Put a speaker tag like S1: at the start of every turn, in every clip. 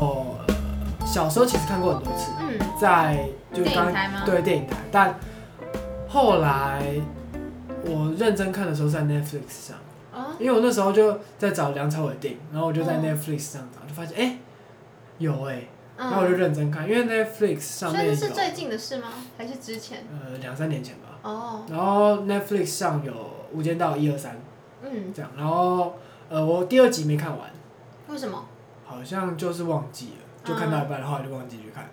S1: 呃小时候其实看过很多次，
S2: 嗯，
S1: 在就
S2: 电
S1: 刚
S2: 影台吗？，
S1: 对电影台，但后来我认真看的时候是在 Netflix 上，
S2: 哦，
S1: 因为我那时候就在找梁朝伟电影，然后我就在
S2: 嗯
S1: Netflix 上找，就发现哎、有哎、
S2: 嗯，
S1: 然后我就认真看，因为 Netflix 上
S2: 所以
S1: 面
S2: 这
S1: 有
S2: 是最近的事吗？还是之前？
S1: 呃两三年前吧，
S2: 哦，
S1: 然后 Netflix 上有《无间道》一二三
S2: 嗯，
S1: 这样，然后呃我第二集没看完，
S2: 为什么？
S1: 好像就是忘记了，就看到一半的话就忘记去看。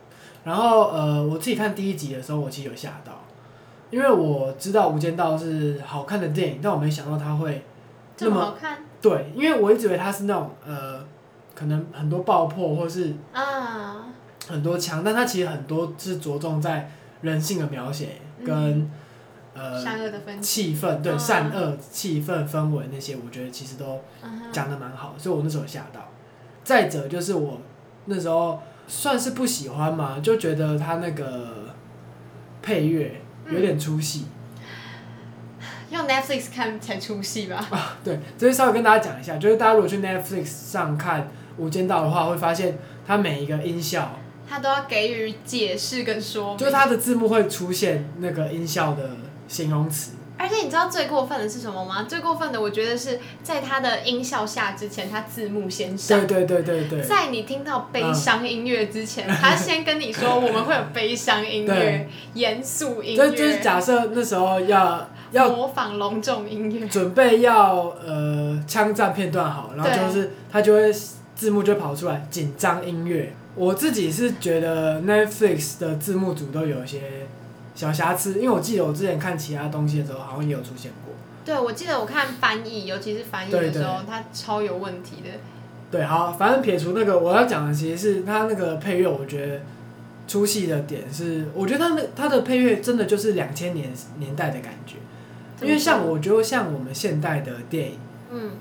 S1: 然后呃我自己看第一集的时候，我其实有吓到，因为我知道《无间道》是好看的电影，但我没想到它会
S2: 这
S1: 那
S2: 么
S1: 么
S2: 好看
S1: 对，因为我一直以为它是那种呃可能很多爆破或是
S2: 啊？
S1: 很多枪，但它其实很多是着重在人性的描写跟、呃
S2: 善恶的分歧，
S1: 气氛，对
S2: 嗯
S1: 善恶、气氛、氛围那些，我觉得其实都
S2: 嗯哼，
S1: 讲的蛮好，所以我那时候有吓到。再者就是我那时候算是不喜欢嘛，就觉得他那个配乐有点出戏、
S2: 用 Netflix 看才出戏吧？
S1: 啊。对，这边稍微跟大家讲一下，就是大家如果去 Netflix 上看《无间道》的话，会发现它每一个音效，
S2: 他都要给予解释跟说明。
S1: 就是它的字幕会出现那个音效的形容词。
S2: 而且你知道最过分的是什么吗？最过分的，我觉得是在它的音效下之前，它字幕先
S1: 对
S2: 上。
S1: 对对对对。
S2: 在你听到悲伤音乐之前，他先跟你说我们会有悲伤音 乐
S1: 对、
S2: 严肃音
S1: 就就是
S2: 乐、
S1: 假设那时候要要
S2: 模仿隆重音乐。
S1: 准备要呃枪战片段好，然后
S2: 对
S1: 就是它就会字幕就跑出来紧张音乐。我自己是觉得 Netflix 的字幕组都有一些小瑕疵，因为我记得我之前看其他东西的时候好像也有出现过。
S2: 对，我记得我看翻译，尤其是翻译的
S1: 对对
S2: 时候，它超有问题的。
S1: 对，好，反正撇除那个我要讲的，其实是它那个配乐，我觉得出戏的点是，我觉得它的它的配乐真的就是两千年年代的感觉，因为像我觉得像我们现代的电影。
S2: 嗯，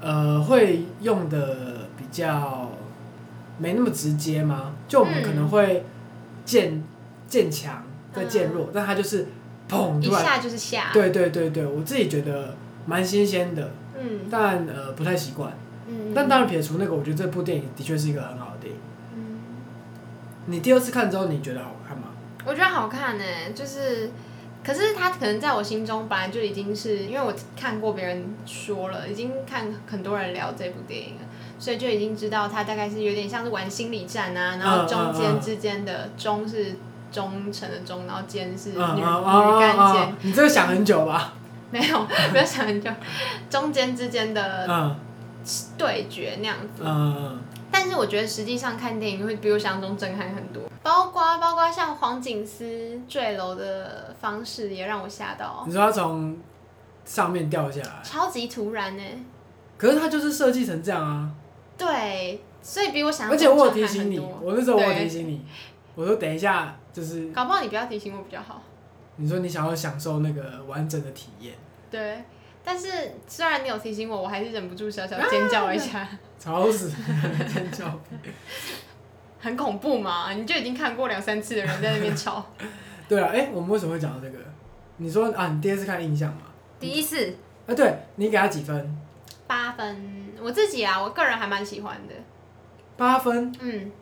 S1: 呃，会用的比较没那么直接吗？就我们可
S2: 嗯
S1: 能会渐渐强，再渐弱，但它就是砰
S2: 一
S1: 突然，
S2: 下就是下。，
S1: 对对对对，我自己觉得蛮新鲜的，
S2: 嗯
S1: 但呃不太习惯。
S2: 嗯。
S1: 但当然撇除那个，我觉得这部电影的确是一个很好的电影。
S2: 嗯
S1: 你第二次看之后，你觉得好看吗？
S2: 我觉得好看呢、就是，可是它可能在我心中本来就已经是因为我看过别人说了，已经看很多人聊这部电影了，所以就已经知道它大概是有点像是玩心理战啊，然后中
S1: 嗯嗯
S2: 间
S1: 嗯
S2: 之间的忠是忠诚的忠，然后奸是女、
S1: 嗯嗯
S2: 女
S1: 嗯
S2: 干
S1: 嗯
S2: 奸，
S1: 嗯，你这个想很久吧？
S2: 没有没有想很久，中间之间的
S1: 嗯
S2: 对决那样子。
S1: 嗯嗯
S2: 但是我觉得实际上看电影会比我想象中震撼很多，包括包括像黄景思坠楼的方式也让我吓
S1: 嗯，
S2: 到，
S1: 你说它从上面掉下来，
S2: 超级突然呢、欸
S1: 可是它就是设计成这样啊。
S2: 对，所以比我想
S1: 而
S2: 象
S1: 且我有
S2: 中
S1: 提
S2: 震撼
S1: 醒
S2: 很
S1: 你，
S2: 多。
S1: 我那时候我有
S2: 对
S1: 提醒你，我说等一下，就是
S2: 搞不好你不要提醒我比较好。
S1: 你说你想要享受那个完整的体验，
S2: 对，但是虽然你有提醒我，我还是忍不住小
S1: 啊
S2: 小尖叫了一下，
S1: 吵死，尖叫。
S2: 很恐怖嘛！你就已经看过两三次的人在那 边吵。
S1: 对啊，哎、我们为什么会讲到这个？你说啊，你第二次看印象嘛？
S2: 第一次
S1: 啊，对你给他几分？
S2: 八分，我自己啊，我个人还蛮喜欢的。
S1: 八分。
S2: 嗯，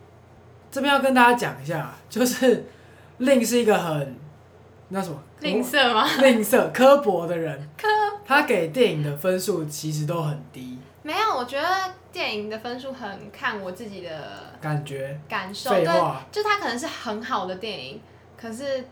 S1: 这边要跟大家讲一下，就是 令是一个很那什么
S2: 吝啬吗？
S1: 吝啬、刻薄的人，
S2: 科
S1: 他给电影的分数其实都很低，
S2: 没有，我觉得电影的分数很看我自己的
S1: 感觉
S2: 感受，
S1: 废
S2: 对，
S1: 话。
S2: 就它可能是很好的电影，可是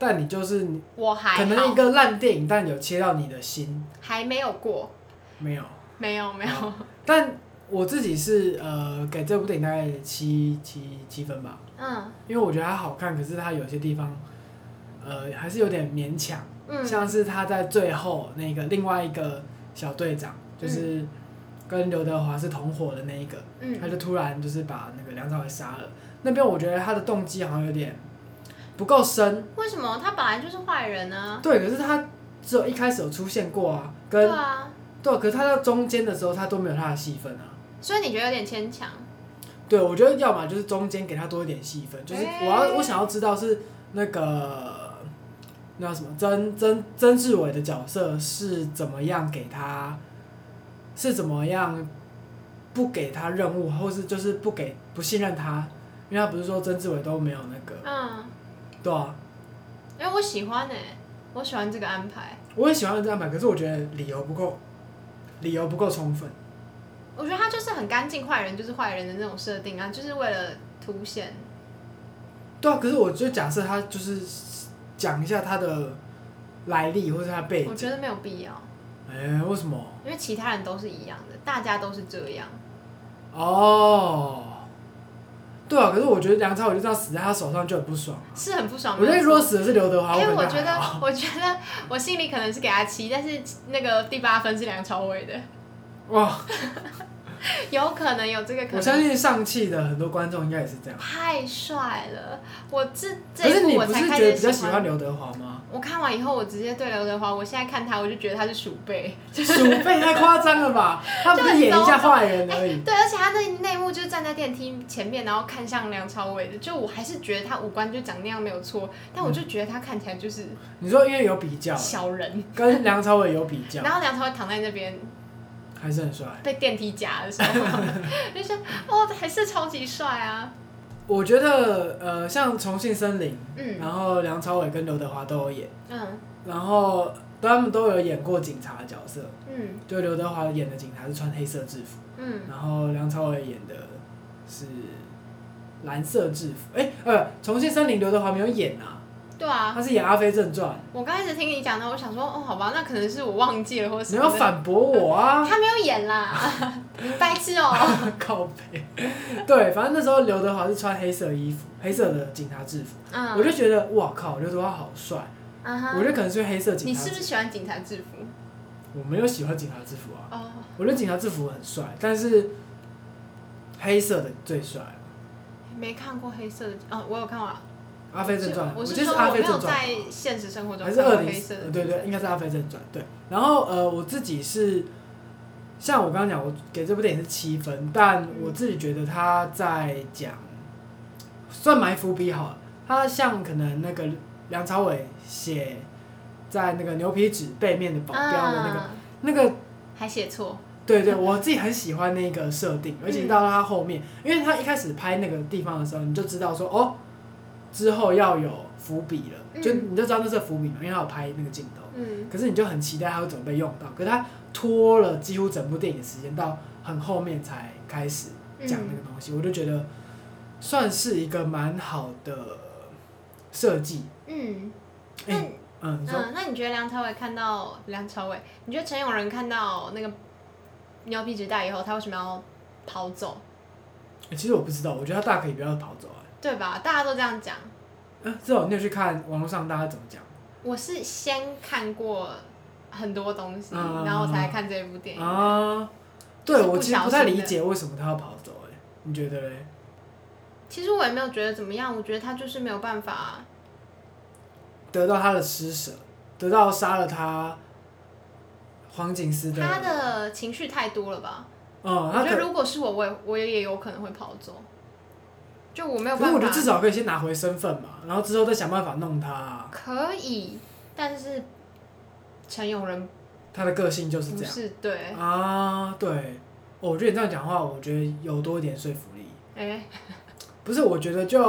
S1: 但你就是
S2: 我还
S1: 可能一
S2: 好，
S1: 个烂电影，但有切到你的心，
S2: 还没有过，
S1: 没有。
S2: 没有没有，
S1: 但我自己是呃给这部电影大概七七七分吧，
S2: 嗯
S1: 因为我觉得它好看，可是它有些地方呃还是有点勉强，
S2: 嗯
S1: 像是他在最后那个另外一个小队长，就是跟刘德华是同伙的那一个，他
S2: 嗯，
S1: 就突然就是把那个梁朝伟杀了。那边我觉得他的动机好像有点不够深，
S2: 为什么他本来就是坏人呢？
S1: 对，可是他只有一开始有出现过啊，
S2: 对
S1: 跟
S2: 啊，
S1: 对，可是他到中间的时候他都没有他的戏份啊。
S2: 所以你觉得有点牵强，
S1: 对，我觉得要么就是中间给他多一点戏份，就是我要、
S2: 欸
S1: 我想要知道是那个那叫什么曾曾曾志伟的角色是怎么样给他，是怎么样不给他任务，或是就是不给不信任他，因为他不是说曾志伟都没有那个，
S2: 嗯，
S1: 对啊，
S2: 因为我喜欢呢、我喜欢这个安排。
S1: 我也喜欢这样版，可是我觉得理由不够，理由不够充分。
S2: 我觉得他就是很干净，坏人就是坏人的那种设定啊，就是为了凸显。
S1: 对啊，可是我就假设他就是讲一下他的来历或者他背
S2: 我
S1: 景，
S2: 觉得没有必要，
S1: 哎、为什么？
S2: 因为其他人都是一样的，大家都是这样。
S1: 哦，对啊，可是我觉得梁朝伟就这样死在他手上就很不爽。
S2: 是很不爽。
S1: 我觉
S2: 没
S1: 得
S2: 有
S1: 如果
S2: 错
S1: 死的是刘德华，
S2: 因为
S1: 我
S2: 我觉
S1: 可能还
S2: 得
S1: 好，
S2: 我觉得我心里可能是给他七，但是那个第八分是梁朝伟的，
S1: 哇，
S2: 有可能有这个可
S1: 我相
S2: 能。
S1: 信上汽的很多观众应该也是这样。
S2: 太帅了！我这
S1: 可
S2: 这
S1: 是
S2: 一
S1: 你
S2: 部我
S1: 不
S2: 才
S1: 是
S2: 开
S1: 觉得
S2: 始
S1: 比较喜
S2: 喜
S1: 欢
S2: 欢。
S1: 刘德华吗？
S2: 我看完以后，我直接对刘德华，我现在看他，我就觉得他是鼠辈。
S1: 鼠辈太夸张了 吧？他不是演一下坏人而已。
S2: 对，而且他那那一幕就是站在电梯前面，然后看向梁朝伟的，就我还是觉得他五官就长那样没有错，但我
S1: 嗯
S2: 就觉得他看起来就是
S1: 你说因为有比 较，
S2: 小人。
S1: 跟梁朝伟有比较，
S2: 然后梁朝伟躺在那边，
S1: 还是很帅。
S2: 被电梯夹的时候，就想哦，还是超级帅啊！
S1: 我觉得呃，像《重庆森林》，
S2: 嗯
S1: 然后梁朝伟跟刘德华都有演，
S2: 嗯
S1: 然后他们都有演过警察的角色。
S2: 嗯
S1: 就刘德华演的警察是穿黑色制服，
S2: 嗯，
S1: 然后梁朝伟演的是蓝色制服。哎、呃，《重庆森林》刘德华没有演啊，
S2: 对啊，
S1: 他是演《阿飞正传
S2: 我刚开始听你讲的，我想说哦，好吧，那可能是我忘记了或者》，什
S1: 你
S2: 么
S1: 要
S2: 的
S1: 反驳我 啊！
S2: 他没有演啦，白痴哦。
S1: 靠背，对，反正那时候刘德华是穿黑色衣服，黑色的警察制服，
S2: 嗯，
S1: 我就觉得哇靠，刘德华好帅，
S2: 啊哈
S1: 我觉得可能是因为黑色警
S2: 你
S1: 察制
S2: 是不
S1: 服。
S2: 是喜欢警察制服？
S1: 我没有喜欢警察制服啊，
S2: 哦，
S1: 我觉得警察制服很帅，但是黑色的最帅。
S2: 没看过黑色的哦，我有看过啊。
S1: 《阿飞正传》，
S2: 我
S1: 记得
S2: 是
S1: 是
S2: 说
S1: 《阿
S2: 我
S1: 飞
S2: 没
S1: 正
S2: 有
S1: 传》
S2: 在现实生活中
S1: 还
S2: 看
S1: 是二
S2: 过
S1: 零
S2: 黑色的，
S1: 对对，应该是《阿飞正传》对。然后呃，我自己是像我刚刚讲，我给这部电影是七分，但我自己觉得他在讲算埋伏笔好了。他像可能那个梁朝伟写在那个牛皮纸背面的保镖的那个、
S2: 嗯
S1: 那个，
S2: 还写错，
S1: 对对，我自己很喜欢那个设定，而
S2: 嗯
S1: 且到他后面，因为他一开始拍那个地方的时候，你就知道说哦，之后要有伏笔了，就
S2: 嗯
S1: 你就知道那是伏笔嘛，因为他有拍那个镜头。
S2: 嗯
S1: 可是你就很期待他会怎么被用到，可是他拖了几乎整部电影的时间到很后面才开始
S2: 嗯
S1: 讲那个东西，我就觉得算是一个蛮好的设计。
S2: 嗯。那
S1: 哎、嗯，你说、
S2: 嗯，那你觉得梁朝伟看到梁朝伟，你觉得陈永仁看到那个牛皮纸袋以后，他为什么要跑走？
S1: 欸其实我不知道，我觉得他大可以不要逃走啊。
S2: 对吧？大家都这样讲。
S1: 嗯，这种你有去看网络上大家怎么讲？
S2: 我是先看过很多东西，
S1: 嗯
S2: 然后我才来看这部电影。
S1: 啊，对
S2: 是不
S1: 我其实
S2: 小
S1: 不太
S2: 心
S1: 理
S2: 的
S1: 解为什么他要跑走、欸，哎，你觉得嘞？
S2: 其实我也没有觉得怎么样，我觉得他就是没有办法、
S1: 得到他的施舍，得到杀了他黄警司的，
S2: 他的情绪太多了吧？
S1: 嗯，
S2: 我
S1: 他
S2: 觉
S1: 可
S2: 得如果是我，我也我也有可能会跑走。就我没有
S1: 可是我觉
S2: 办
S1: 得至
S2: 法，
S1: 少可以先拿回身份嘛，然后之后再想办法弄他啊、
S2: 可以，但是陈永仁
S1: 他的个性就是
S2: 不
S1: 这样
S2: 是对，哎、
S1: 啊，对、哦我觉得你这样讲话，我觉得有多一点说服力。
S2: 哎
S1: 不是，我觉得就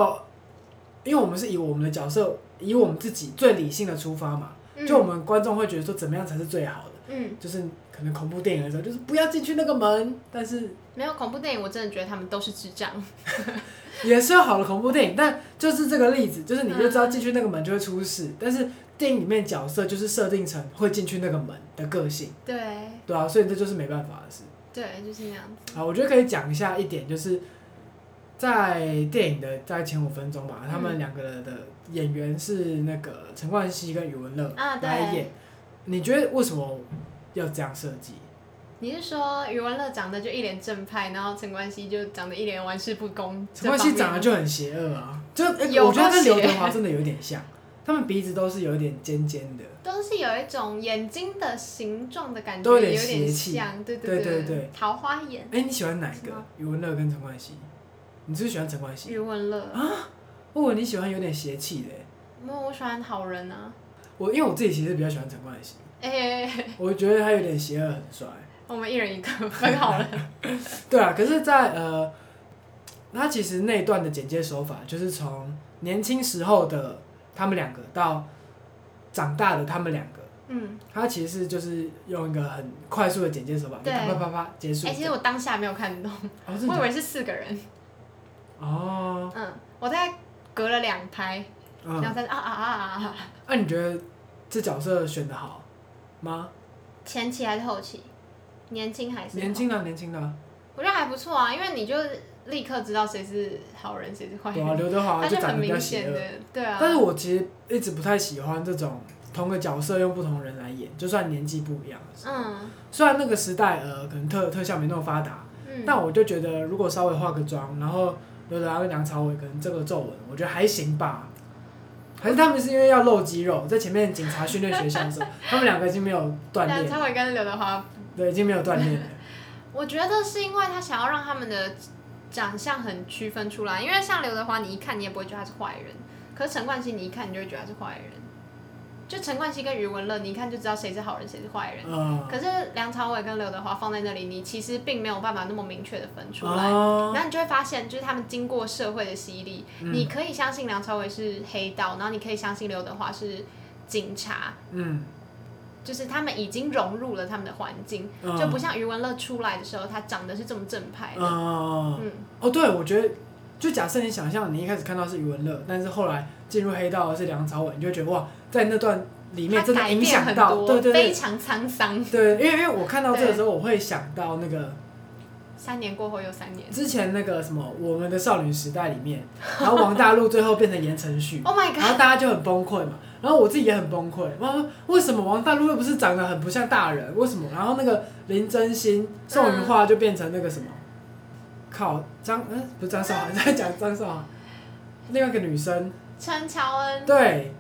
S1: 因为我们是以我们的角色，以我们自己最理性的出发嘛，
S2: 嗯
S1: 就我们观众会觉得说怎么样才是最好的，
S2: 嗯。
S1: 就是可能恐怖电影的时候，就是不要进去那个门，但是
S2: 没有恐怖电影，我真的觉得他们都是智障。
S1: 也是有好的恐怖电影，但就是这个例子，就是你就知道进去那个门就会出事，但是电影里面角色就是设定成会进去那个门的个性，
S2: 对
S1: 对啊，所以这就是没办法的事。
S2: 对，就是那样子。
S1: 好，我觉得可以讲一下一点，就是在电影的在前五分钟吧，他们
S2: 嗯
S1: 两个人的演员是那个陈冠希跟余文乐
S2: 啊对
S1: 来演，你觉得为什么要这样设计？
S2: 你是说余文乐长得就一脸正派，然后陈冠希就长得一脸玩世不恭？
S1: 陈冠希长得就很邪恶啊，就、欸
S2: 有
S1: 我觉得跟
S2: 够
S1: 刘
S2: 邪
S1: 德华真的有点像，他们鼻子都是有点尖尖的。
S2: 都是有一种眼睛的形状的感觉，
S1: 都有
S2: 有
S1: 点邪
S2: 点
S1: 气
S2: 像，对
S1: 对
S2: 对
S1: 对对
S2: 桃花眼。
S1: 哎、你喜欢哪一
S2: 是
S1: 个
S2: 吗？
S1: 余文乐跟陈冠希？你是不是喜欢陈冠希？
S2: 余文乐，
S1: 哦，你喜欢有点邪气的欸、
S2: 因为我喜欢好人啊。
S1: 我因为我自己其实比较喜欢陈冠 希，
S2: 哎、
S1: 我觉得他有点邪恶，很帅。
S2: 我们一人一个分好了。
S1: 对啊，可是在，呃，他其实那一段的剪接手法，就是从年轻时候的他们两个到长大的他们两个，
S2: 嗯，
S1: 他其实就是用一个很快速的剪接手法，就
S2: 对
S1: 啪啪啪啪结束。
S2: 哎、其实我当下没有看懂，
S1: 哦，真的
S2: 我以
S1: 假的
S2: 为是四个人，
S1: 哦，
S2: 嗯，我大概隔了两拍，然
S1: 嗯，
S2: 后才啊啊啊啊啊，
S1: 那你觉得这角色选的好吗？
S2: 前期还是后期？年轻还是
S1: 年？轻啊的，年轻的，
S2: 我觉得还不错啊，因为你就立刻知道谁是好人，谁是坏
S1: 对啊，
S2: 人，
S1: 刘德华
S2: 他
S1: 就
S2: 就
S1: 长
S2: 很
S1: 得比较
S2: 明
S1: 邪
S2: 显
S1: 恶
S2: 的。，对啊。
S1: 但是我其实一直不太喜欢这种同个角色用不同人来演，就算年纪不一样的时候。
S2: 嗯
S1: 虽然那个时代呃，可能特特效没那么发达，
S2: 嗯，
S1: 但我就觉得如果稍微化个妆，然后刘德华跟梁朝伟可能这个皱纹，我觉得还行吧。还是他们是因为要露肌肉，在前面警察训练学校的时候，他们两个已经没有锻
S2: 梁
S1: 炼了，
S2: 朝伟啊跟刘德华
S1: 对，已经没有锻 炼了。
S2: 我觉得是因为他想要让他们的长相很区分出来，因为像刘德华，你一看你也不会觉得他是坏人，可是陈冠希你一看你就会觉得他是坏人。就陈冠希跟余文乐，你一看就知道谁是好人，谁是坏人。
S1: 呃，
S2: 可是梁朝伟跟刘德华放在那里，你其实并没有办法那么明确的分出来。
S1: 哦，嗯
S2: 然后你就会发现，就是他们经过社会的洗礼，你可以相信梁朝伟是黑道，然后你可以相信刘德华是警察，
S1: 嗯，
S2: 就是他们已经融入了他们的环境，
S1: 嗯
S2: 就不像余文乐出来的时候，他长得是这么正派的。
S1: 哦，
S2: 嗯，
S1: 哦，对，我觉得就假设你想象你一开始看到是余文乐，但是后来进入黑道的是梁朝伟，你就会觉得哇，在那段里面
S2: 他
S1: 真的
S2: 改
S1: 影
S2: 变
S1: 响
S2: 很
S1: 到，
S2: 多，
S1: 对对
S2: 非
S1: 对
S2: 常沧桑。
S1: 对，因为因为我看到这个时候，我会想到那个
S2: 三年过后又三年，
S1: 之前那个什么《我们的少女时代》里面，然后王大陆最后变成言承旭
S2: ，Oh my
S1: 然后
S2: god！
S1: 大家就很崩溃嘛，然后我自己也很崩溃，我想说为什么王大陆又不是长得很不像大人，为什么？然后那个林真心、
S2: 嗯
S1: 宋雨化就变成那个什么，靠张嗯不是张韶涵， 在讲张韶涵，另外一个女生，
S2: 陈乔恩
S1: 对，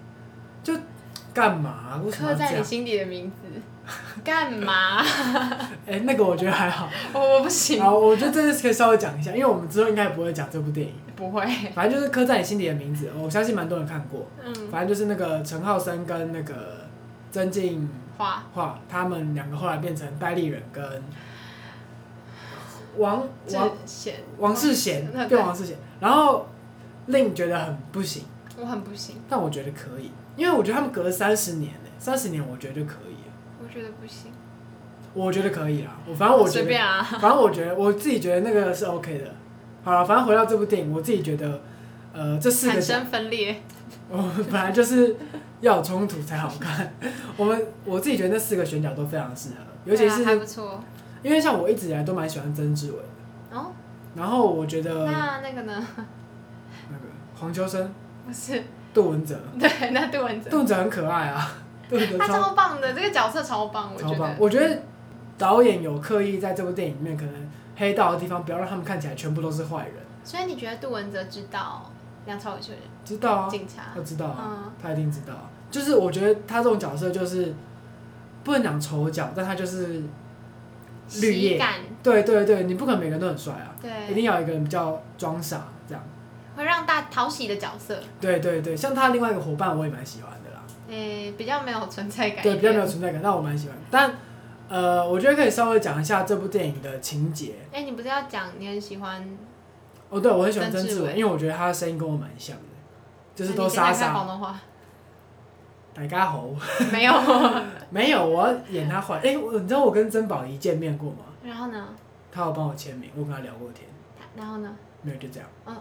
S1: 就干嘛？啊为什么
S2: 刻
S1: 要这
S2: 在你
S1: 样？
S2: 心底的名字， 干嘛？
S1: 哎、那个我觉得还 好，
S2: 我我不行，
S1: 然后我觉得这次可以稍微讲一下，因为我们之后应该也不会讲这部电影，
S2: 不会。
S1: 反正就是刻在你心底的名字，我相信蛮多人看过，
S2: 嗯，
S1: 反正就是那个陈浩森跟那个曾静。
S2: 花
S1: 话，他们两个后来变成戴立忍跟王
S2: 志
S1: 王
S2: 贤，
S1: 王世贤
S2: 那
S1: 变
S2: 对
S1: 王世贤，然后令觉得很不行，
S2: 我很不行，
S1: 但我觉得可以，因为我觉得他们隔了三十年呢、三十年我觉得就可以了，
S2: 我觉得不行。
S1: 我觉得可以啦，我反正我觉
S2: 随
S1: 得，
S2: 便啊，
S1: 反正我觉得我自己觉得那个是 OK 的。好了，反正回到这部电影，我自己觉得，呃，这四个
S2: 产
S1: 角
S2: 生分裂。
S1: 我们本来就是要有冲突才好看。我们我自己觉得那四个选角都非常适合，尤其
S2: 对啊
S1: 是
S2: 还不错。
S1: 因为像我一直以来都蛮喜欢曾志伟的，
S2: 哦，
S1: 然后我觉得那
S2: 那那个呢？
S1: 个黄秋生、
S2: 不是，
S1: 杜文泽，
S2: 对，那杜文泽，
S1: 杜文泽很可爱啊，杜文泽
S2: 他
S1: 超
S2: 超棒的，这个角色超棒，我觉
S1: 超棒。
S2: 得。
S1: 我觉得导演有刻意在这部电影里面，可能黑道的地方不要让他们看起来全部都是坏人，
S2: 所以你觉得杜文泽知道梁朝伟是
S1: 知道啊，
S2: 警察
S1: 他？知道啊，
S2: 嗯，
S1: 他一定知道啊。就是我觉得他这种角色就是不能讲丑角，但他就是绿叶
S2: 喜感，
S1: 对对对，你不可能每个人都很帅啊，一
S2: 对，
S1: 定要有一个人比较装傻这样。
S2: 会让大讨喜的角色，
S1: 对对对，像他另外一个伙伴我也蛮喜欢的啦。
S2: 诶、比较没有存在感一
S1: 对，
S2: 点，
S1: 比较没有存在感，但我蛮喜欢。但呃，我觉得可以稍微讲一下这部电影的情节。
S2: 哎、你不是要讲你很喜欢，
S1: 哦，对，我很喜欢曾
S2: 曾
S1: 志
S2: 志
S1: 伟，
S2: 伟
S1: 因为我觉得他的声音跟我蛮像的，就是
S2: 那
S1: 都
S2: 你现
S1: 沙
S2: 在看
S1: 沙。
S2: 广东话
S1: 大家好，
S2: 没有？
S1: 没有，我要演他坏。哎、我你知道我跟曾宝仪见面过吗？
S2: 然后呢？
S1: 他有帮我签名，我跟他聊过天，
S2: 然后呢？
S1: 没有就这样。
S2: 嗯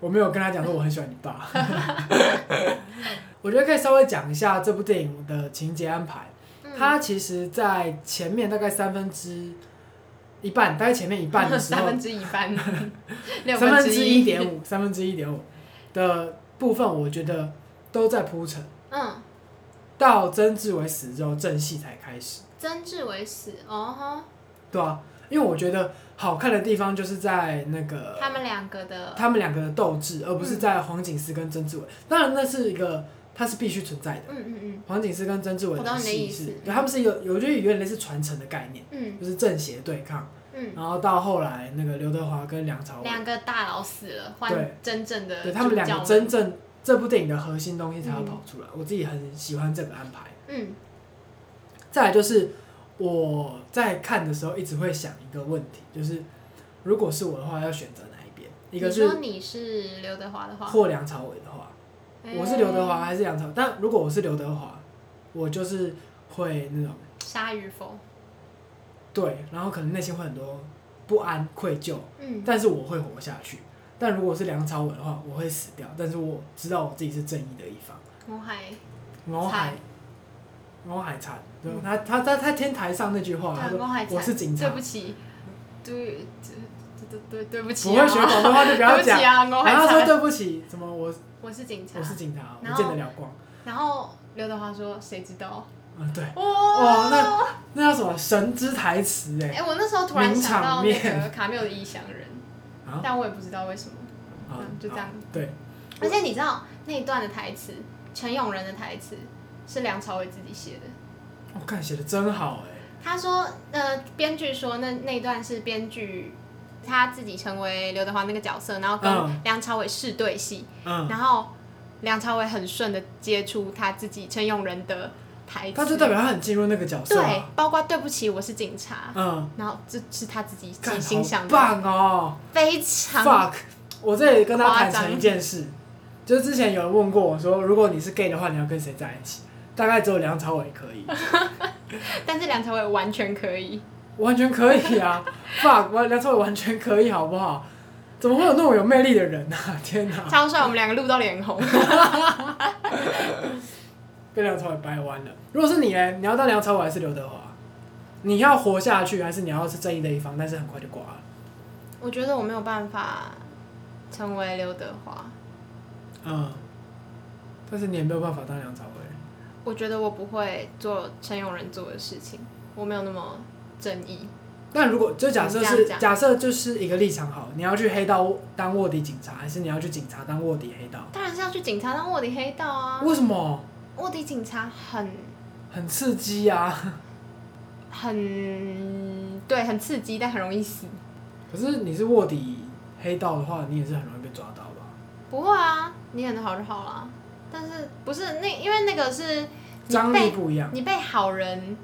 S1: 我没有跟他讲说我很喜欢你爸。 我觉得可以稍微讲一下这部电影的情节安排。
S2: 嗯
S1: 它其实，在前面大概三分之一半，大概前面一半的时
S2: 三
S1: 候，
S2: 分之一 半，六
S1: 三分之
S2: 之
S1: 一点五，三分之一点五的部分，我觉得都在铺陈。
S2: 嗯，
S1: 到曾志伟死之后，正戏才开始，
S2: 曾志伟死，哦
S1: 对啊，因为我觉得好看的地方就是在那
S2: 吼，
S1: 个
S2: 他们两个的，
S1: 呃他们两个的斗志，而不
S2: 嗯
S1: 是在黄景思跟曾志伟。当然，那是一个它是必须存在的。
S2: 嗯嗯
S1: 黄景思跟曾志伟
S2: 我懂你的
S1: 戏
S2: 意思
S1: 是，对，他们是有，我觉得有点类似传承的概念，
S2: 嗯
S1: 就是正邪对抗。
S2: 嗯
S1: 然后到后来，那个刘德华跟梁朝伟，
S2: 嗯，两个大佬死了，换
S1: 对
S2: 真正的
S1: 对他们两
S2: 主角
S1: 个真，正这部电影的核心东西才要跑出来。我自己很喜欢这个安排。
S2: 嗯
S1: 再来就是我在看的时候一直会想一个问题，就是如果是我的话，要选择哪一边？一个
S2: 你
S1: 是
S2: 说你是刘德华的话，哎
S1: 或梁朝伟的话，我是刘德华还是梁朝伟？但如果我是刘德华，我就是会那种
S2: 哎，鲨鱼否？
S1: 对，然后可能内心会很多不安、愧疚，
S2: 嗯，
S1: 但是我会活下去。但如果是梁朝伟的话，我会死掉，但是我知道我自己是正义的一方。
S2: 我还
S1: 我海
S2: 惨，
S1: 我海惨，对
S2: 嗯
S1: 他他他他天台上那句话，哦他
S2: 对，我
S1: 说
S2: 还惨
S1: 我是警察
S2: 对不，起，对对对对对不起啊，
S1: 不会学广东话就不要
S2: 对不起
S1: 讲。
S2: 啊，我还
S1: 然后他说
S2: 惨，
S1: 对不起，怎么我
S2: 我是警察
S1: 我。是警察，
S2: 然
S1: 我
S2: 后
S1: 见得了光。
S2: 然后刘德华说：“谁知道
S1: 嗯，对，？”哇
S2: 哇
S1: 那那叫什么神之台词哎
S2: 哎、我那时候突然想到
S1: 名
S2: 那
S1: 场
S2: 个卡缪的《异乡人
S1: 啊》，
S2: 但我也不知道为什么。
S1: 啊
S2: 嗯，就这样
S1: 好对，
S2: 而且你知道那一段的台词，陈永仁的台词是梁朝伟自己写的。
S1: 我看哦写的真好哎，
S2: 他说，呃，编剧说那那一段是编剧他自己成为刘德华那个角色，然后
S1: 嗯
S2: 跟梁朝伟试对戏，
S1: 嗯，
S2: 然后梁朝伟很顺的接触他自己陈永仁的台词，
S1: 他就代表他很进入那个角色
S2: 对
S1: 啊，，
S2: 包括对不起，我是警察，
S1: 嗯，
S2: 然后这是他自己
S1: 看
S2: 自己心
S1: 好
S2: 想的，
S1: 棒哦
S2: 非常
S1: ，fuck，我这里跟他坦
S2: 夸
S1: 诚
S2: 张
S1: 一件事，就是之前有人问过我说，如果你是 gay 的话，你要跟谁在一起？大概只有梁朝伟可以。
S2: 但是梁朝伟完全可以，
S1: 完全可以啊，fuck，完梁朝伟完全可以，好不好？怎么会有那么有魅力的人啊？ 天哪，
S2: 超帅，我们两个录到脸红。
S1: 被梁朝伟掰弯了。如果是你呢？你要当梁朝伟还是刘德华？你要活下去，还是你要是正义的一方？但是很快就挂了。
S2: 我觉得我没有办法成为刘德华，
S1: 嗯，但是你也没有办法当梁朝伟。
S2: 我觉得我不会做陈永仁做的事情，我没有那么正义。
S1: 那如果就假设
S2: 你这
S1: 是
S2: 样讲
S1: 假设就是一个立场好，你要去黑道当卧底警察，还是你要去警察当卧底黑道？
S2: 当然是要去警察当卧底黑道啊！
S1: 为什么？
S2: 卧底警察很
S1: 很刺激啊！
S2: 很对，很刺激，但很容易死。
S1: 可是你是卧底黑道的话，你也是很容易被抓到吧？
S2: 不会啊，你演的好就好啦。但是不是那因为那个是你
S1: 张力
S2: 被
S1: 不一样。
S2: 你被好人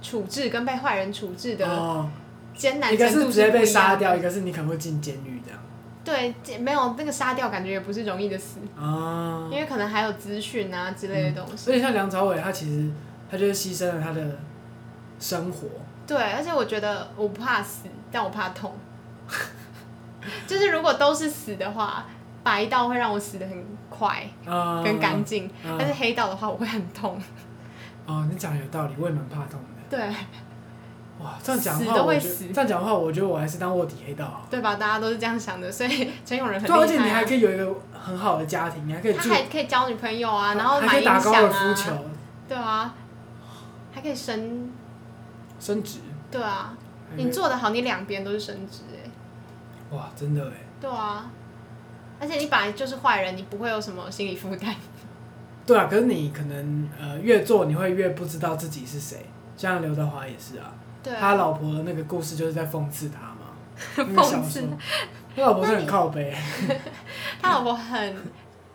S2: 处置跟被坏人处置的
S1: 哦，
S2: 艰难
S1: 一个
S2: 程
S1: 是
S2: 度
S1: 直接
S2: 不
S1: 被
S2: 一
S1: 杀
S2: 样
S1: 掉，
S2: 的。
S1: 一个是你可能会进监狱这样。
S2: 对，这没有那个杀掉，感觉也不是容易的死，
S1: 啊，
S2: 因为可能还有资讯啊之类的东西。
S1: 所以像梁朝伟，他其实他就是牺牲了他的生活。
S2: 对，而且我觉得我不怕死，但我怕痛。 就是如果都是死的话，白道会让我死的很快
S1: 啊，
S2: 跟干净，
S1: 嗯
S2: 但是黑道的话我会很痛。
S1: 哦，你讲得有道理，我也蛮怕痛的。
S2: 对，
S1: 哇，这样讲的
S2: 死
S1: 话，
S2: 都会
S1: 我觉得
S2: 死
S1: 这样讲的话，我觉得我还是当卧底黑道好。
S2: 对吧？大家都是这样想的，所以 陈永仁很
S1: 对，而且
S2: 厉
S1: 你
S2: 害、
S1: 还
S2: 啊。
S1: 可以有一个很好的家啊庭，你还可以
S2: 他
S1: 住，
S2: 还可以交女朋友啊，然后
S1: 还
S2: 买
S1: 可以
S2: 音
S1: 打高
S2: 响
S1: 尔夫
S2: 啊，
S1: 球、
S2: 对啊，还可以升，
S1: 升职。
S2: 对啊，
S1: 还可以
S2: 你做的好，你两边都是升职哎、
S1: 哇，真的哎。
S2: 对啊，而且你本来就是坏人，你不会有什么心理负担。
S1: 对啊，可是你可能呃越做，你会越不知道自己是谁。像刘德华也是啊，
S2: 对啊，
S1: 他老婆的那个故事就是在讽刺他 嘛，那个小
S2: 讽
S1: 说
S2: 刺，
S1: 他老婆是很靠背，
S2: 他老婆很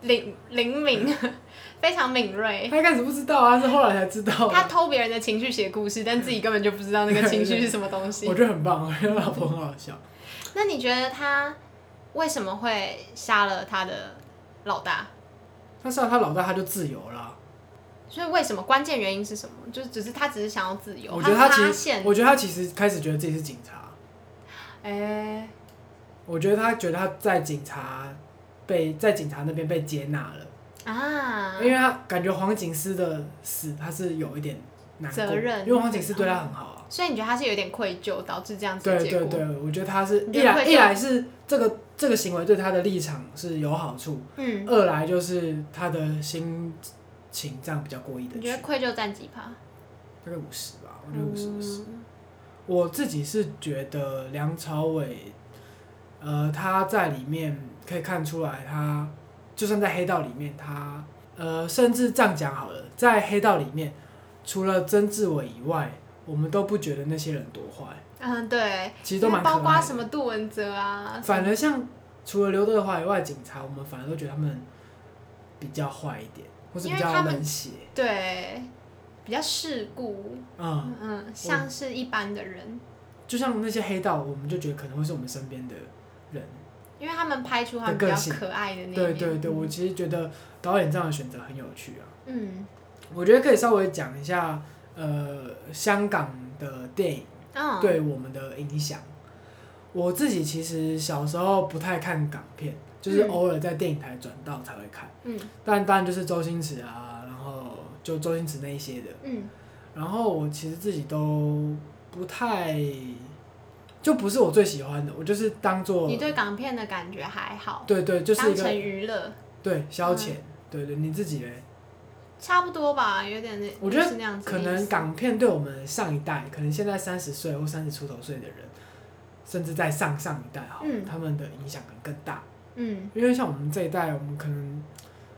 S2: 灵灵敏， 非常敏锐。
S1: 他一开始不知道啊，是后来才知道啊。
S2: 他偷别人的情绪写故事，但自己根本就不知道那个情绪是什么东西
S1: 我。觉得很棒，我觉得老婆很好笑。
S2: 那你觉得他为什么会杀了他的老大？
S1: 他上他老大他就自由了，啊
S2: 所以为什么？关键原因是什么？就是只是他只是想要自由。
S1: 我觉得他其
S2: 发
S1: 实
S2: 现，，
S1: 我觉得他其实开始觉得自己是警察，
S2: 哎、
S1: 我觉得他觉得他在警察被在警察那边被接纳了，
S2: 啊，
S1: 因为他感觉黄警司的死他是有一点难过，
S2: 责任
S1: 因为黄警司对他很好啊。
S2: 所以你觉得他是有点愧疚，导致这样子
S1: 对
S2: 的嗯结
S1: 对
S2: 果？
S1: 对，我觉得他是
S2: 你
S1: 一
S2: 觉得
S1: 来
S2: 会
S1: 一来是这个这个行为对他的立场是有好处，
S2: 嗯，
S1: 二来就是他的心情这样比较过意得
S2: 你
S1: 去
S2: 觉得，愧疚占几趴？
S1: 大概五十吧，我觉得五十五十。
S2: 嗯
S1: 我自己是觉得梁朝伟，呃，他在里面可以看出来他，就算在黑道里面，他呃，甚至这样讲好了，在黑道里面，除了曾志伟以外，我们都不觉得那些人多坏，
S2: 嗯，对，
S1: 其实都蛮可爱
S2: 包
S1: 的。
S2: 括什么杜文泽啊，
S1: 反而像除了刘德华以外，警察我们反而都觉得他们比较坏一点，或是比
S2: 因为他
S1: 较
S2: 们
S1: 冷血。
S2: 对，比较世故，
S1: 嗯，
S2: 嗯，像是一般的人，
S1: 就像那些黑道，我们就觉得可能会是我们身边的人，
S2: 因为他们拍出他们
S1: 的
S2: 比
S1: 个
S2: 较
S1: 性
S2: 可爱的那一
S1: 对
S2: 面。
S1: 对对，我其实觉得导演这样的选择很有趣啊。
S2: 嗯，
S1: 我觉得可以稍微讲一下，呃，香港的电影
S2: 嗯，
S1: 对我们的影响。我自己其实小时候不太看港片，就是
S2: 嗯
S1: 偶尔在电影台转到才会看。
S2: 嗯
S1: 但当然就是周星驰啊，然后就周星驰那一些的。
S2: 嗯
S1: 然后我其实自己都不太，就不是我最喜欢的，我就是当做
S2: 你对港片的感觉还好，
S1: 对对，哦就是一
S2: 当
S1: 个
S2: 成嗯娱乐
S1: 对消遣，对对，你自己嘞，
S2: 差不多吧，有点那，
S1: 我觉得
S2: 就是那样子的
S1: 可
S2: 意思。
S1: 能港片对我们上一代，可能现在三十岁或三十出头岁的人，甚至在上上一代哈，
S2: 嗯
S1: 他们的影响可能更大，
S2: 嗯
S1: 因为像我们这一代，我们可能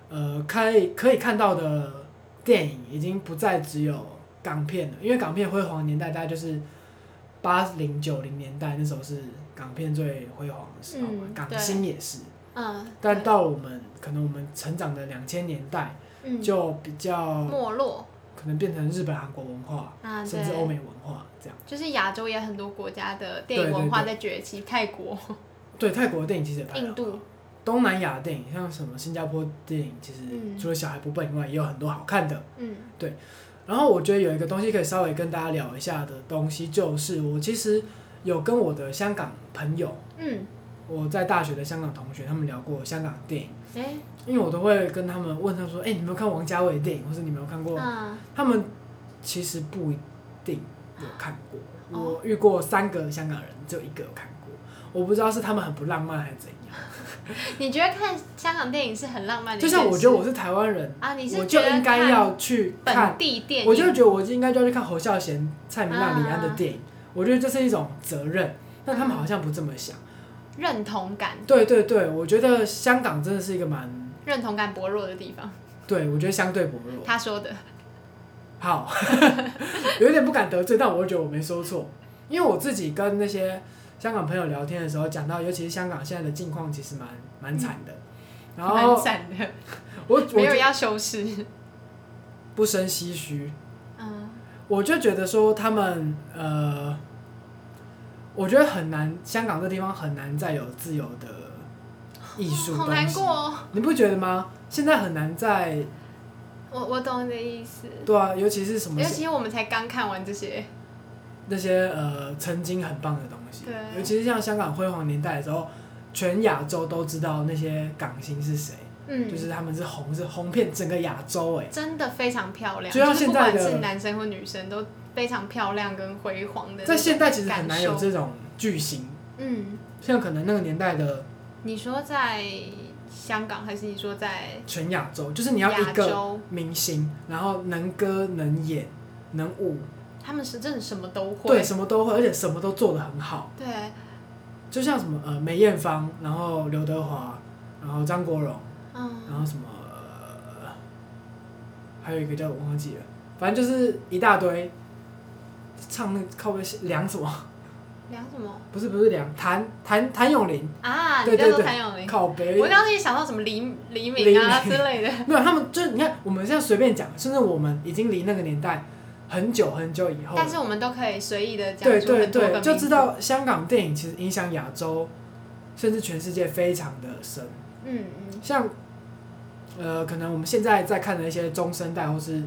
S1: 呃，可以可以看到的电影已经不再只有港片了，因为港片辉煌年代大概就是八零九零年代，那时候是港片最辉煌的时候嘛，
S2: 嗯
S1: 港
S2: 对
S1: 星也是。
S2: 嗯，
S1: 但
S2: 对
S1: 到了我们可能我们成长的两千年代，
S2: 嗯
S1: 就比较
S2: 没落
S1: 可能变成日本、韩国文化，
S2: 啊，
S1: 甚至欧
S2: 对，
S1: 美文化这样。
S2: 就是亚洲也很多国家的电
S1: 对
S2: 影
S1: 对
S2: 文化
S1: 对
S2: 在崛起，泰国、
S1: 对泰国的电影其实也拍得
S2: 印度
S1: 好，东南亚的电影像什么新加坡电影，其实
S2: 嗯
S1: 除了小孩不笨以外，也有很多好看的。
S2: 嗯
S1: 然后我觉得有一个东西可以稍微跟大家聊一下的东西，就是我其实有跟我的香港朋友，
S2: 嗯，
S1: 我在大学的香港同学，他们聊过香港电影，
S2: 哎，
S1: 因为我都会跟他们问他说，哎、你有没有看王家卫的电影，或是你有没有看过？
S2: 嗯
S1: 他们其实不一定有看过，
S2: 哦
S1: 我遇过三个香港人，只有一个有看过，我不知道是他们很不浪漫还是怎样。
S2: 你觉得看香港电影是很浪漫的一
S1: 就
S2: 件事？
S1: 像我觉得我是台湾人，
S2: 啊，你
S1: 我
S2: 是
S1: 就
S2: 觉得
S1: 应该
S2: 看
S1: 要去看
S2: 本地电影，啊
S1: 我就觉得我应该就要去看侯孝贤、蔡明亮、李安的电影，我觉得这是一种责任，但他们好像不这么想。
S2: 认同感，
S1: 对对对，我觉得香港真的是一个蛮，
S2: 认同感薄弱的地方。
S1: 对我觉得相对薄弱。
S2: 他说的，
S1: 好， 有点不敢得罪，但我又觉得我没说错，因为我自己跟那些香港朋友聊天的时候讲到，尤其是香港现在的境况其实蛮蛮惨的，然
S2: 嗯蛮
S1: 后
S2: 赞的，
S1: 我
S2: 没有
S1: 我
S2: 要修饰。
S1: 不生唏嘘，
S2: 嗯
S1: 我就觉得说他们呃，我觉得很难，香港这地方很难再有自由的艺术、
S2: 好难过、，哦。
S1: 你不觉得吗？现在很难再
S2: 我我懂你的意思，
S1: 对啊，尤其是什么
S2: 尤其我们才刚看完这些，
S1: 那些呃曾经很棒的东西
S2: 对，
S1: 尤其是像香港辉煌年代的时候，全亚洲都知道那些港星是谁，
S2: 嗯，
S1: 就是他们是红是红遍整个亚洲哎、
S2: 真的非常漂亮，
S1: 就像
S2: 是
S1: 现
S2: 不
S1: 在
S2: 管
S1: 的
S2: 是男生或女生都非常漂亮跟辉煌的那种感受。
S1: 在现代其实很难有这种巨星，
S2: 嗯，
S1: 像可能那个年代的
S2: 你说在香港还是你说在
S1: 全亚洲，就是你要一
S2: 亚
S1: 个
S2: 洲？
S1: 明星，然后能歌能演能舞，
S2: 他们是真的什么都会
S1: 对，。什么都会，而且什么都做得很好。
S2: 对，
S1: 就像什么呃梅艳芳，然后刘德华，然后张国荣，然
S2: 嗯，
S1: 后什么、呃还有一个叫我忘记了，反正就是一大堆。唱那个靠背是梁什么？
S2: 梁什么
S1: 不是不是梁，谭谭谭咏麟，
S2: 啊？
S1: 对
S2: 你叫做
S1: 对对
S2: 谭咏麟。
S1: 靠背。
S2: 我刚刚也想到什么黎黎明啊
S1: 黎
S2: 之类的，
S1: 没有，他们就是你看，我们现在随便讲，甚至我们已经离那个年代很久很久以后了。
S2: 但是我们都可以随意的讲
S1: 对
S2: 出
S1: 对
S2: 很多个
S1: 对，
S2: 名字
S1: 就知，道香港电影其实影响亚洲，甚至全世界非常的深。
S2: 嗯嗯
S1: 像，呃，可能我们现在在看的一些中生代或是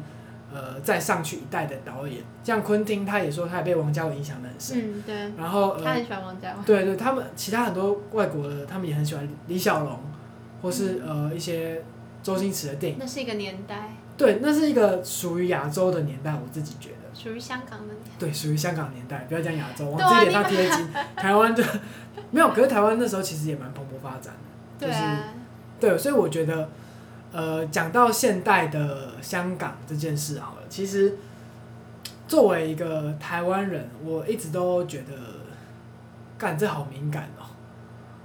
S1: 呃再上去一代的导演，像昆汀，他也说他也被王家卫影响的很深。
S2: 嗯，对，
S1: 然后
S2: 他哦
S1: 呃，
S2: 很喜欢王家卫，
S1: 对对，他们其他很多外国的，他们也很喜欢李小龙，或是
S2: 嗯
S1: 呃一些周星驰的电影。
S2: 那是一个年代，
S1: 对，那是一个属于亚洲的年代，我自己觉得。
S2: 属于香港的年代。
S1: 对，属于香港年代，不要讲亚洲，往
S2: 对
S1: 自己
S2: 啊
S1: 脸上贴 金。台湾就没有，可是台湾那时候其实也蛮蓬勃发展的，
S2: 对
S1: 就是
S2: 啊，
S1: 对，所以我觉得，呃，讲到现代的香港这件事好了，其实作为一个台湾人，我一直都觉得，干这好敏感哦，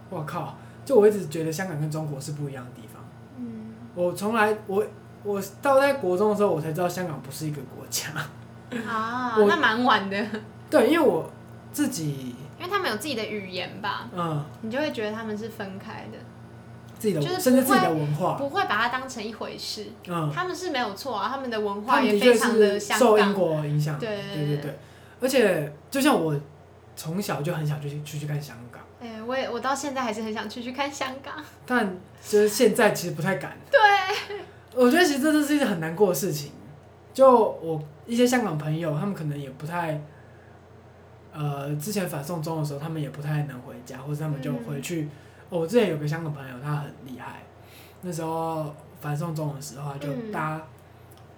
S1: 我靠，就我一直觉得香港跟中国是不一样的地方，
S2: 嗯，
S1: 我从来我。我到在国中的时候，我才知道香港不是一个国家。
S2: 啊，
S1: 我
S2: 那蛮晚的，
S1: 对，因为我自己，
S2: 因为他们有自己的语言吧，
S1: 嗯，
S2: 你就会觉得他们是分开的，
S1: 自己的，
S2: 就是
S1: 甚至
S2: 不
S1: 自己
S2: 会
S1: 的文化，
S2: 不会把它当成一回事。
S1: 哦嗯，
S2: 他们是没有错啊，他们的文
S1: 他
S2: 化
S1: 们
S2: 也
S1: 的确
S2: 非常的
S1: 是
S2: 香
S1: 受英
S2: 港，
S1: 国影响，
S2: 对
S1: 对对对，而且就像我从小就很想去去去看香港，
S2: 哎、我也我到现在还是很想去去看香港。
S1: 但就是现在其实不太敢。
S2: 对，
S1: 我觉得其实这是一件很难过的事情。就我一些香港朋友，他们可能也不太，呃，之前反送中的时候，他们也不太能回家，或者他们就
S2: 嗯
S1: 回去。哦我之前有个香港朋友，他很厉害，那时候反送中的时候，他就
S2: 嗯
S1: 搭、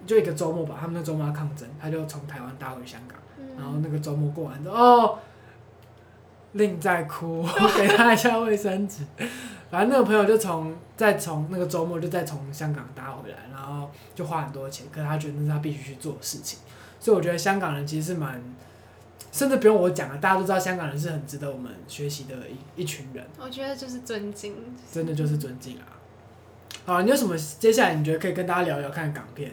S1: 就一个周末吧，他们那周末要抗争，他就从台湾搭回香港，然后
S2: 嗯，
S1: 那个周末过完之后，哦，令在哭，我给他一下卫生纸。 反正那个朋友就从再从那个周末就再从香港搭回来，然后就花很多钱，可是他觉得那是他必须去做的事情。所以我觉得香港人其实是蛮，甚至不用我讲了，大家都知道香港人是很值得我们学习的一一群人，
S2: 我觉得就是尊敬，
S1: 真的就是尊敬啊。好，你有什么接下来你觉得可以跟大家聊聊看的港片？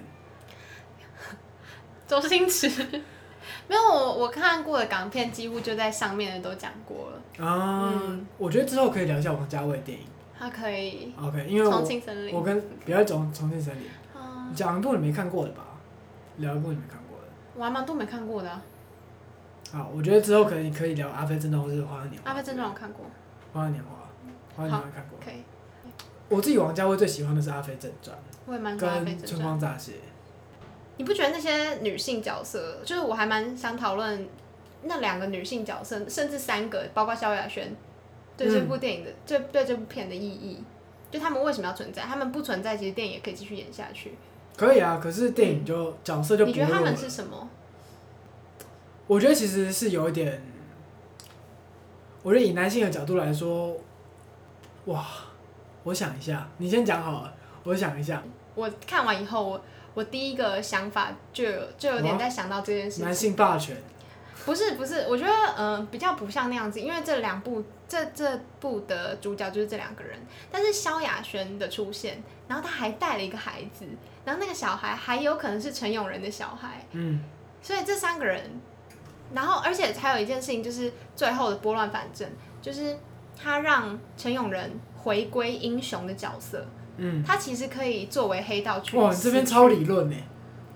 S2: 周星驰。 没有我我看过的港片，几乎就在上面的都讲过了。
S1: 啊，
S2: 嗯
S1: 我觉得之后可以聊一下王家卫的电影。
S2: 他可以
S1: OK，因为我
S2: 重庆森林。
S1: 我跟不要讲重庆森林，
S2: 啊，
S1: 讲一部你没看过的吧，聊一部你没看过的。
S2: 我还蛮多没看过的啊、
S1: 好，我觉得之后可以可以聊《阿飞正传》或是《花样年华》。
S2: 阿飞正传》我看过，
S1: 《花样年华》，《花样年华》看过。
S2: 可以，
S1: 我自己王家卫最喜欢的是《阿飞正传
S2: 我也》蛮喜欢阿
S1: 跟
S2: 飞
S1: 《
S2: 正
S1: 春
S2: 传》。
S1: 光乍泄》。
S2: 你不觉得那些女性角色，就是我还蛮想讨论那两个女性角色，甚至三个，包括萧亚轩，对这部电影
S1: 嗯
S2: 的，对对这部片的意义，就他们为什么要存在？他们不存在，其实电影也可以继续演下去。
S1: 可以啊，可是电影就、角色就
S2: 你
S1: 薄
S2: 觉得他
S1: 弱
S2: 们
S1: 了。
S2: 是什么？
S1: 我觉得其实是有一点，我觉得以男性的角度来说，哇，我想一下，你先讲好了，我想一下，
S2: 我看完以后，我我第一个想法就有就有点
S1: 哇
S2: 在想到这件事情
S1: 男。性霸权，
S2: 不是不是，我觉得嗯、呃比较不像那样子，因为这两部这这部的主角就是这两个人，但是萧亚轩的出现，然后他还带了一个孩子，然后那个小孩还有可能是陈永仁的小孩，
S1: 嗯，
S2: 所以这三个人，然后而且还有一件事情就是最后的拨乱反正，就是他让陈永仁回归英雄的角色，
S1: 嗯，
S2: 他其实可以作为黑道去
S1: 哇，你这边超理论呢、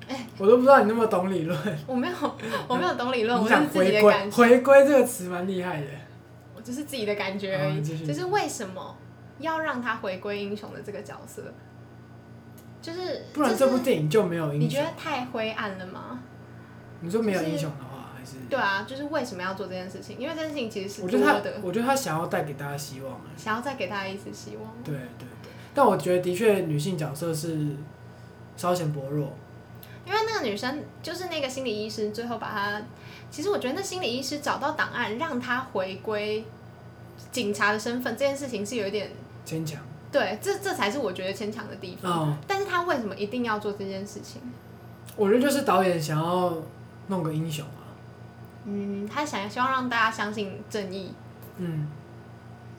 S2: 哎
S1: 我都不知道你那么懂理论。
S2: 我没有我没有懂理论，
S1: 你
S2: 我是
S1: 想
S2: 自己
S1: 回
S2: 的
S1: 归，
S2: 感受。
S1: 回归这个词蛮厉害的。
S2: 我就是自己的感觉而
S1: 好
S2: 已
S1: 哦你继续。
S2: 就是为什么要让他回归英雄的这个角色？就是
S1: 不然这
S2: 就
S1: 部
S2: 是
S1: 电影就没有
S2: 你
S1: 英
S2: 觉
S1: 雄。
S2: 得太灰暗了吗？
S1: 你说没有
S2: 就是
S1: 英雄的话，还是
S2: 对啊，就是为什么要做这件事情？因为这件事情其实是
S1: 嗯我觉
S2: 多
S1: 得他
S2: 的，，
S1: 我觉得他想要带给大家希望。啊
S2: 想要再给大家一丝希望。
S1: 对对对，但我觉得的确女性角色是稍显薄弱。
S2: 因为那个女生就是那个心理医师，最后把她，其实我觉得那心理医师找到档案，让她回归警察的身份，这件事情是有一点
S1: 坚强
S2: 对，这这才是我觉得牵强的地方。
S1: 啊、
S2: 但是他为什么一定要做这件事情？
S1: 我觉得就是导演想要弄个英雄啊，
S2: 嗯，他想希望让大家相信正义，
S1: 嗯，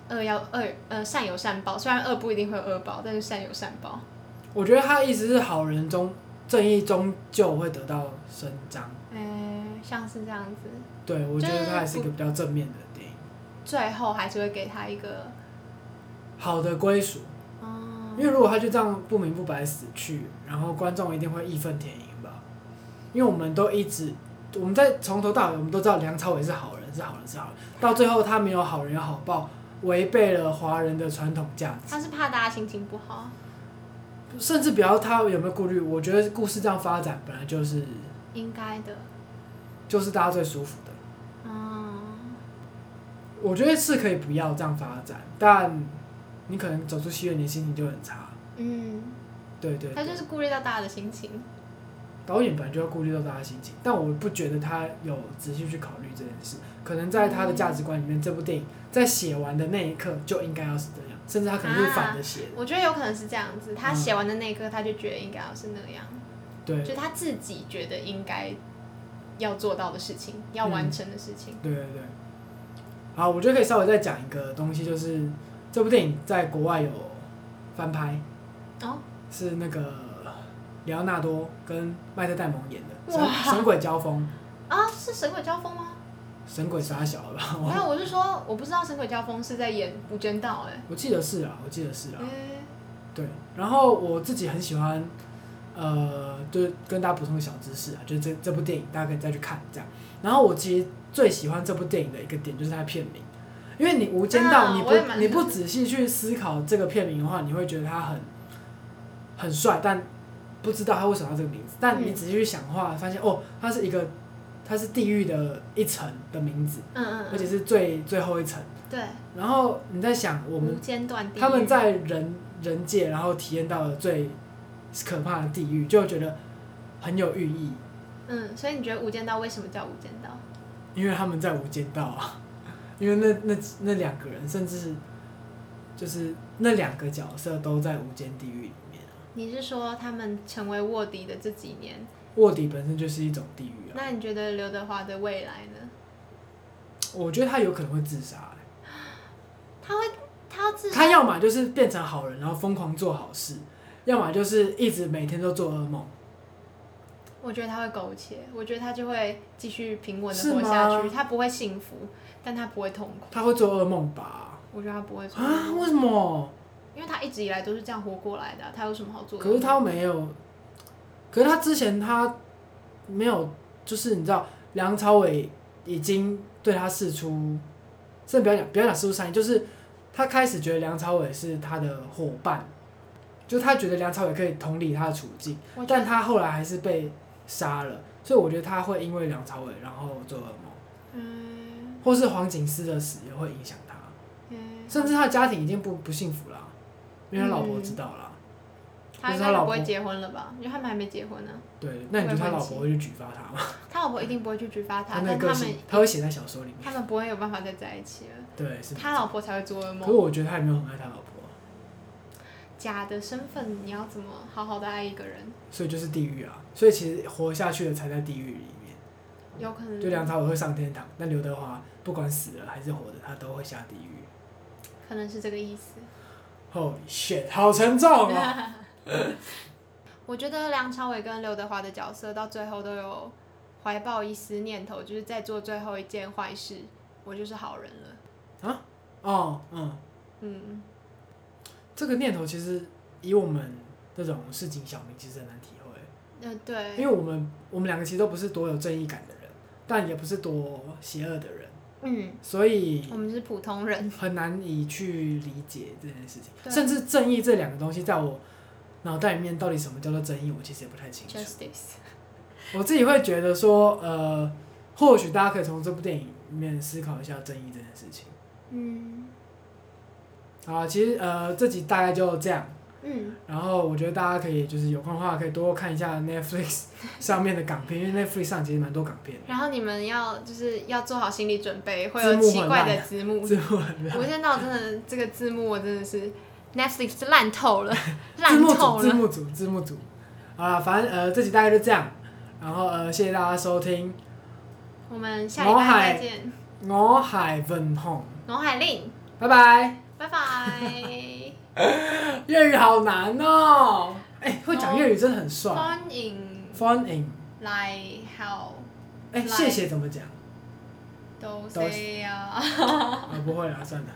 S2: 恶要恶呃善有善报，虽然恶不一定会有恶报，但是善有善报。
S1: 我觉得他意思是好人终正义终究会得到伸张，
S2: 哎、像是这样子，
S1: 对我觉得
S2: 就是
S1: 他还是一个
S2: 不
S1: 比较正面的电影，
S2: 最后还是会给他一个，
S1: 好的归属，
S2: 嗯，
S1: 因为如果他就这样不明不白死去，然后观众一定会义愤填膺吧，因为我们都一直，我们在从头到尾我们都知道梁朝伟是好人，是好人，是好人，到最后他没有好人有好报，违背了华人的传统价值，
S2: 他是怕大家心情不好。
S1: 甚至不要他有没有顾虑，我觉得故事这样发展本来就是
S2: 应该的，
S1: 就是大家最舒服的，
S2: 嗯，
S1: 我觉得是可以不要这样发展，但你可能走出戏院，你心情就很差，
S2: 嗯，
S1: 对对
S2: 他
S1: 对
S2: 就是顾虑到大家的心情，
S1: 导演本来就要顾虑到大家心情，但我不觉得他有仔细去考虑这件事。可能在他的
S2: 嗯
S1: 价值观里面，这部电影在写完的那一刻就应该要是这样，甚至他可能是反着写的。
S2: 我觉得有可能是这样子。他
S1: 嗯
S2: 写完的那一刻，他就觉得应该要是那样，
S1: 对
S2: 就他自己觉得应该要做到的事情，
S1: 嗯
S2: 要完成的事情。
S1: 对对对。好，我觉得可以稍微再讲一个东西，就是这部电影在国外有翻拍，
S2: 哦，
S1: 是那个里奥纳多跟麦特戴蒙演的《
S2: 哇
S1: 神神鬼交锋》
S2: 啊，是《神鬼交锋》吗？
S1: 《神鬼傻小》吧？
S2: 没
S1: 我
S2: 有，我是说，我不知道《神鬼交锋》是在演《无间道》哎、
S1: 我记得是啊，我记得是啊。
S2: 欸。
S1: 对，然后我自己很喜欢，呃，就是跟大家补充个小知识啊，就是这这部电影大家可以再去看这样。然后我其实最喜欢这部电影的一个点就是它的片名，因为你《无间道》
S2: 啊
S1: 你
S2: 我也蛮
S1: 不你不仔细去思考这个片名的话，你会觉得它很很帅，但不知道它为什么要这个名字。但你
S2: 嗯
S1: 仔细去想的话，发现哦，它是一个它是地狱的一层的名字，
S2: 嗯嗯，
S1: 而且是最最后一层。
S2: 对，
S1: 然后你在想我们
S2: 无间断地狱
S1: 他们在人人界，然后体验到了最可怕的地狱，就觉得很有寓意，
S2: 嗯，所以你觉得《无间道》为什么叫《无间道》？
S1: 因为他们在无间道啊， 因为那那那两个人，甚至是就是那两个角色都在无间地狱里面啊、
S2: 你是说他们成为卧底的这几年？
S1: 卧底本身就是一种地狱啊，
S2: 那你觉得刘德华的未来呢？
S1: 我觉得他有可能会自杀欸、
S2: 他会，他要自
S1: 他要么就是变成好人，然后疯狂做好事，要么就是一直每天都做噩梦。
S2: 我觉得他会苟且，我觉得他就会继续平稳
S1: 是
S2: 的
S1: 吗
S2: 活下去，他不会幸福，但他不会痛苦。
S1: 他会做噩梦吧？
S2: 我觉得他不会做噩
S1: 啊，
S2: 梦，
S1: 为什么？
S2: 因为他一直以来都是这样活过来的啊、他有什么好做的？
S1: 可是他没有，可是他之前他没有，就是你知道，梁朝伟已经对他示出，甚至不要讲不要讲示出善意，就是他开始觉得梁朝伟是他的伙伴，就他觉得梁朝伟可以同理他的处境，
S2: 我觉得
S1: 但他后来还是被杀了，所以我觉得他会因为梁朝伟然后做噩梦，
S2: 嗯
S1: 或是黄景思的死也会影响他，
S2: 嗯，
S1: 甚至他的家庭已经不不幸福啦，因为他老婆知道啦。
S2: 他应该就不会结婚了吧？因为他们还没结婚呢、
S1: 对，那你觉得他老婆会去举发他吗？
S2: 他老婆一定不会去举发他，
S1: 那
S2: 但
S1: 个
S2: 他
S1: 个
S2: 们
S1: 性，他会写在小说里面。
S2: 他们不会有办法再在一起了，
S1: 对，是。
S2: 他老婆才会做噩
S1: 可是
S2: 梦。
S1: 我觉得他也没有很爱他老婆，
S2: 假的身份，你要怎么好好的爱一个人？
S1: 所以就是地狱啊。所以其实活下去的才在地狱里面。
S2: 有可能
S1: 就梁朝伟会上天堂，但刘德华不管死了还是活着，他都会下地狱。
S2: 可能是这个意思。
S1: Holy shit，好沉重啊！
S2: 我觉得梁朝伟跟刘德华的角色到最后都有怀抱一丝念头，就是在做最后一件坏事，我就是好人了。
S1: 哦，嗯，
S2: 嗯，
S1: 这个念头其实以我们这种市井小民其实很难体会，
S2: 呃，对，
S1: 因为我们我们两个其实都不是多有正义感的人，但也不是多邪恶的人，
S2: 嗯，
S1: 所以
S2: 我们是普通人，
S1: 很难以去理解这件事情，
S2: 对
S1: 甚至正义这两个东西，在我脑袋里面到底什么叫做正义，我其实也不太清楚。
S2: justice。
S1: 我自己会觉得说，呃，或许大家可以从这部电影里面思考一下正义这件事情。
S2: 嗯
S1: 好啦，其实呃，这集大概就这样。
S2: 嗯，
S1: 然后我觉得大家可以就是有空的话，可以多看一下 Netflix 上面的港片，因为 Netflix 上其实蛮多港片的。
S2: 然后你们要就是要做好心理准备，会
S1: 字
S2: 有
S1: 幕
S2: 奇
S1: 很
S2: 怪
S1: 烂啊
S2: 的字幕。
S1: 字幕很烂
S2: 无间道真的这个字幕我真的是 Netflix 烂透 了，
S1: 字
S2: 烂
S1: 幕
S2: 透
S1: 组，字
S2: 了。
S1: 幕组，字幕组。好啦，反正呃，这集大概就这样。然后呃，谢谢大家收听。
S2: 我们下
S1: 脑
S2: 礼拜
S1: 海
S2: 再见，
S1: 我海文红，
S2: 龙海令，
S1: 拜拜。
S2: 拜拜。
S1: 粤语好难哦、哎、会讲粤语真的很帅。
S2: 欢迎
S1: Fun in，
S2: 来好
S1: 哎、
S2: 来
S1: 谢谢怎么讲？
S2: 都
S1: 都
S2: say 啊。
S1: 啊，不会啦，算了。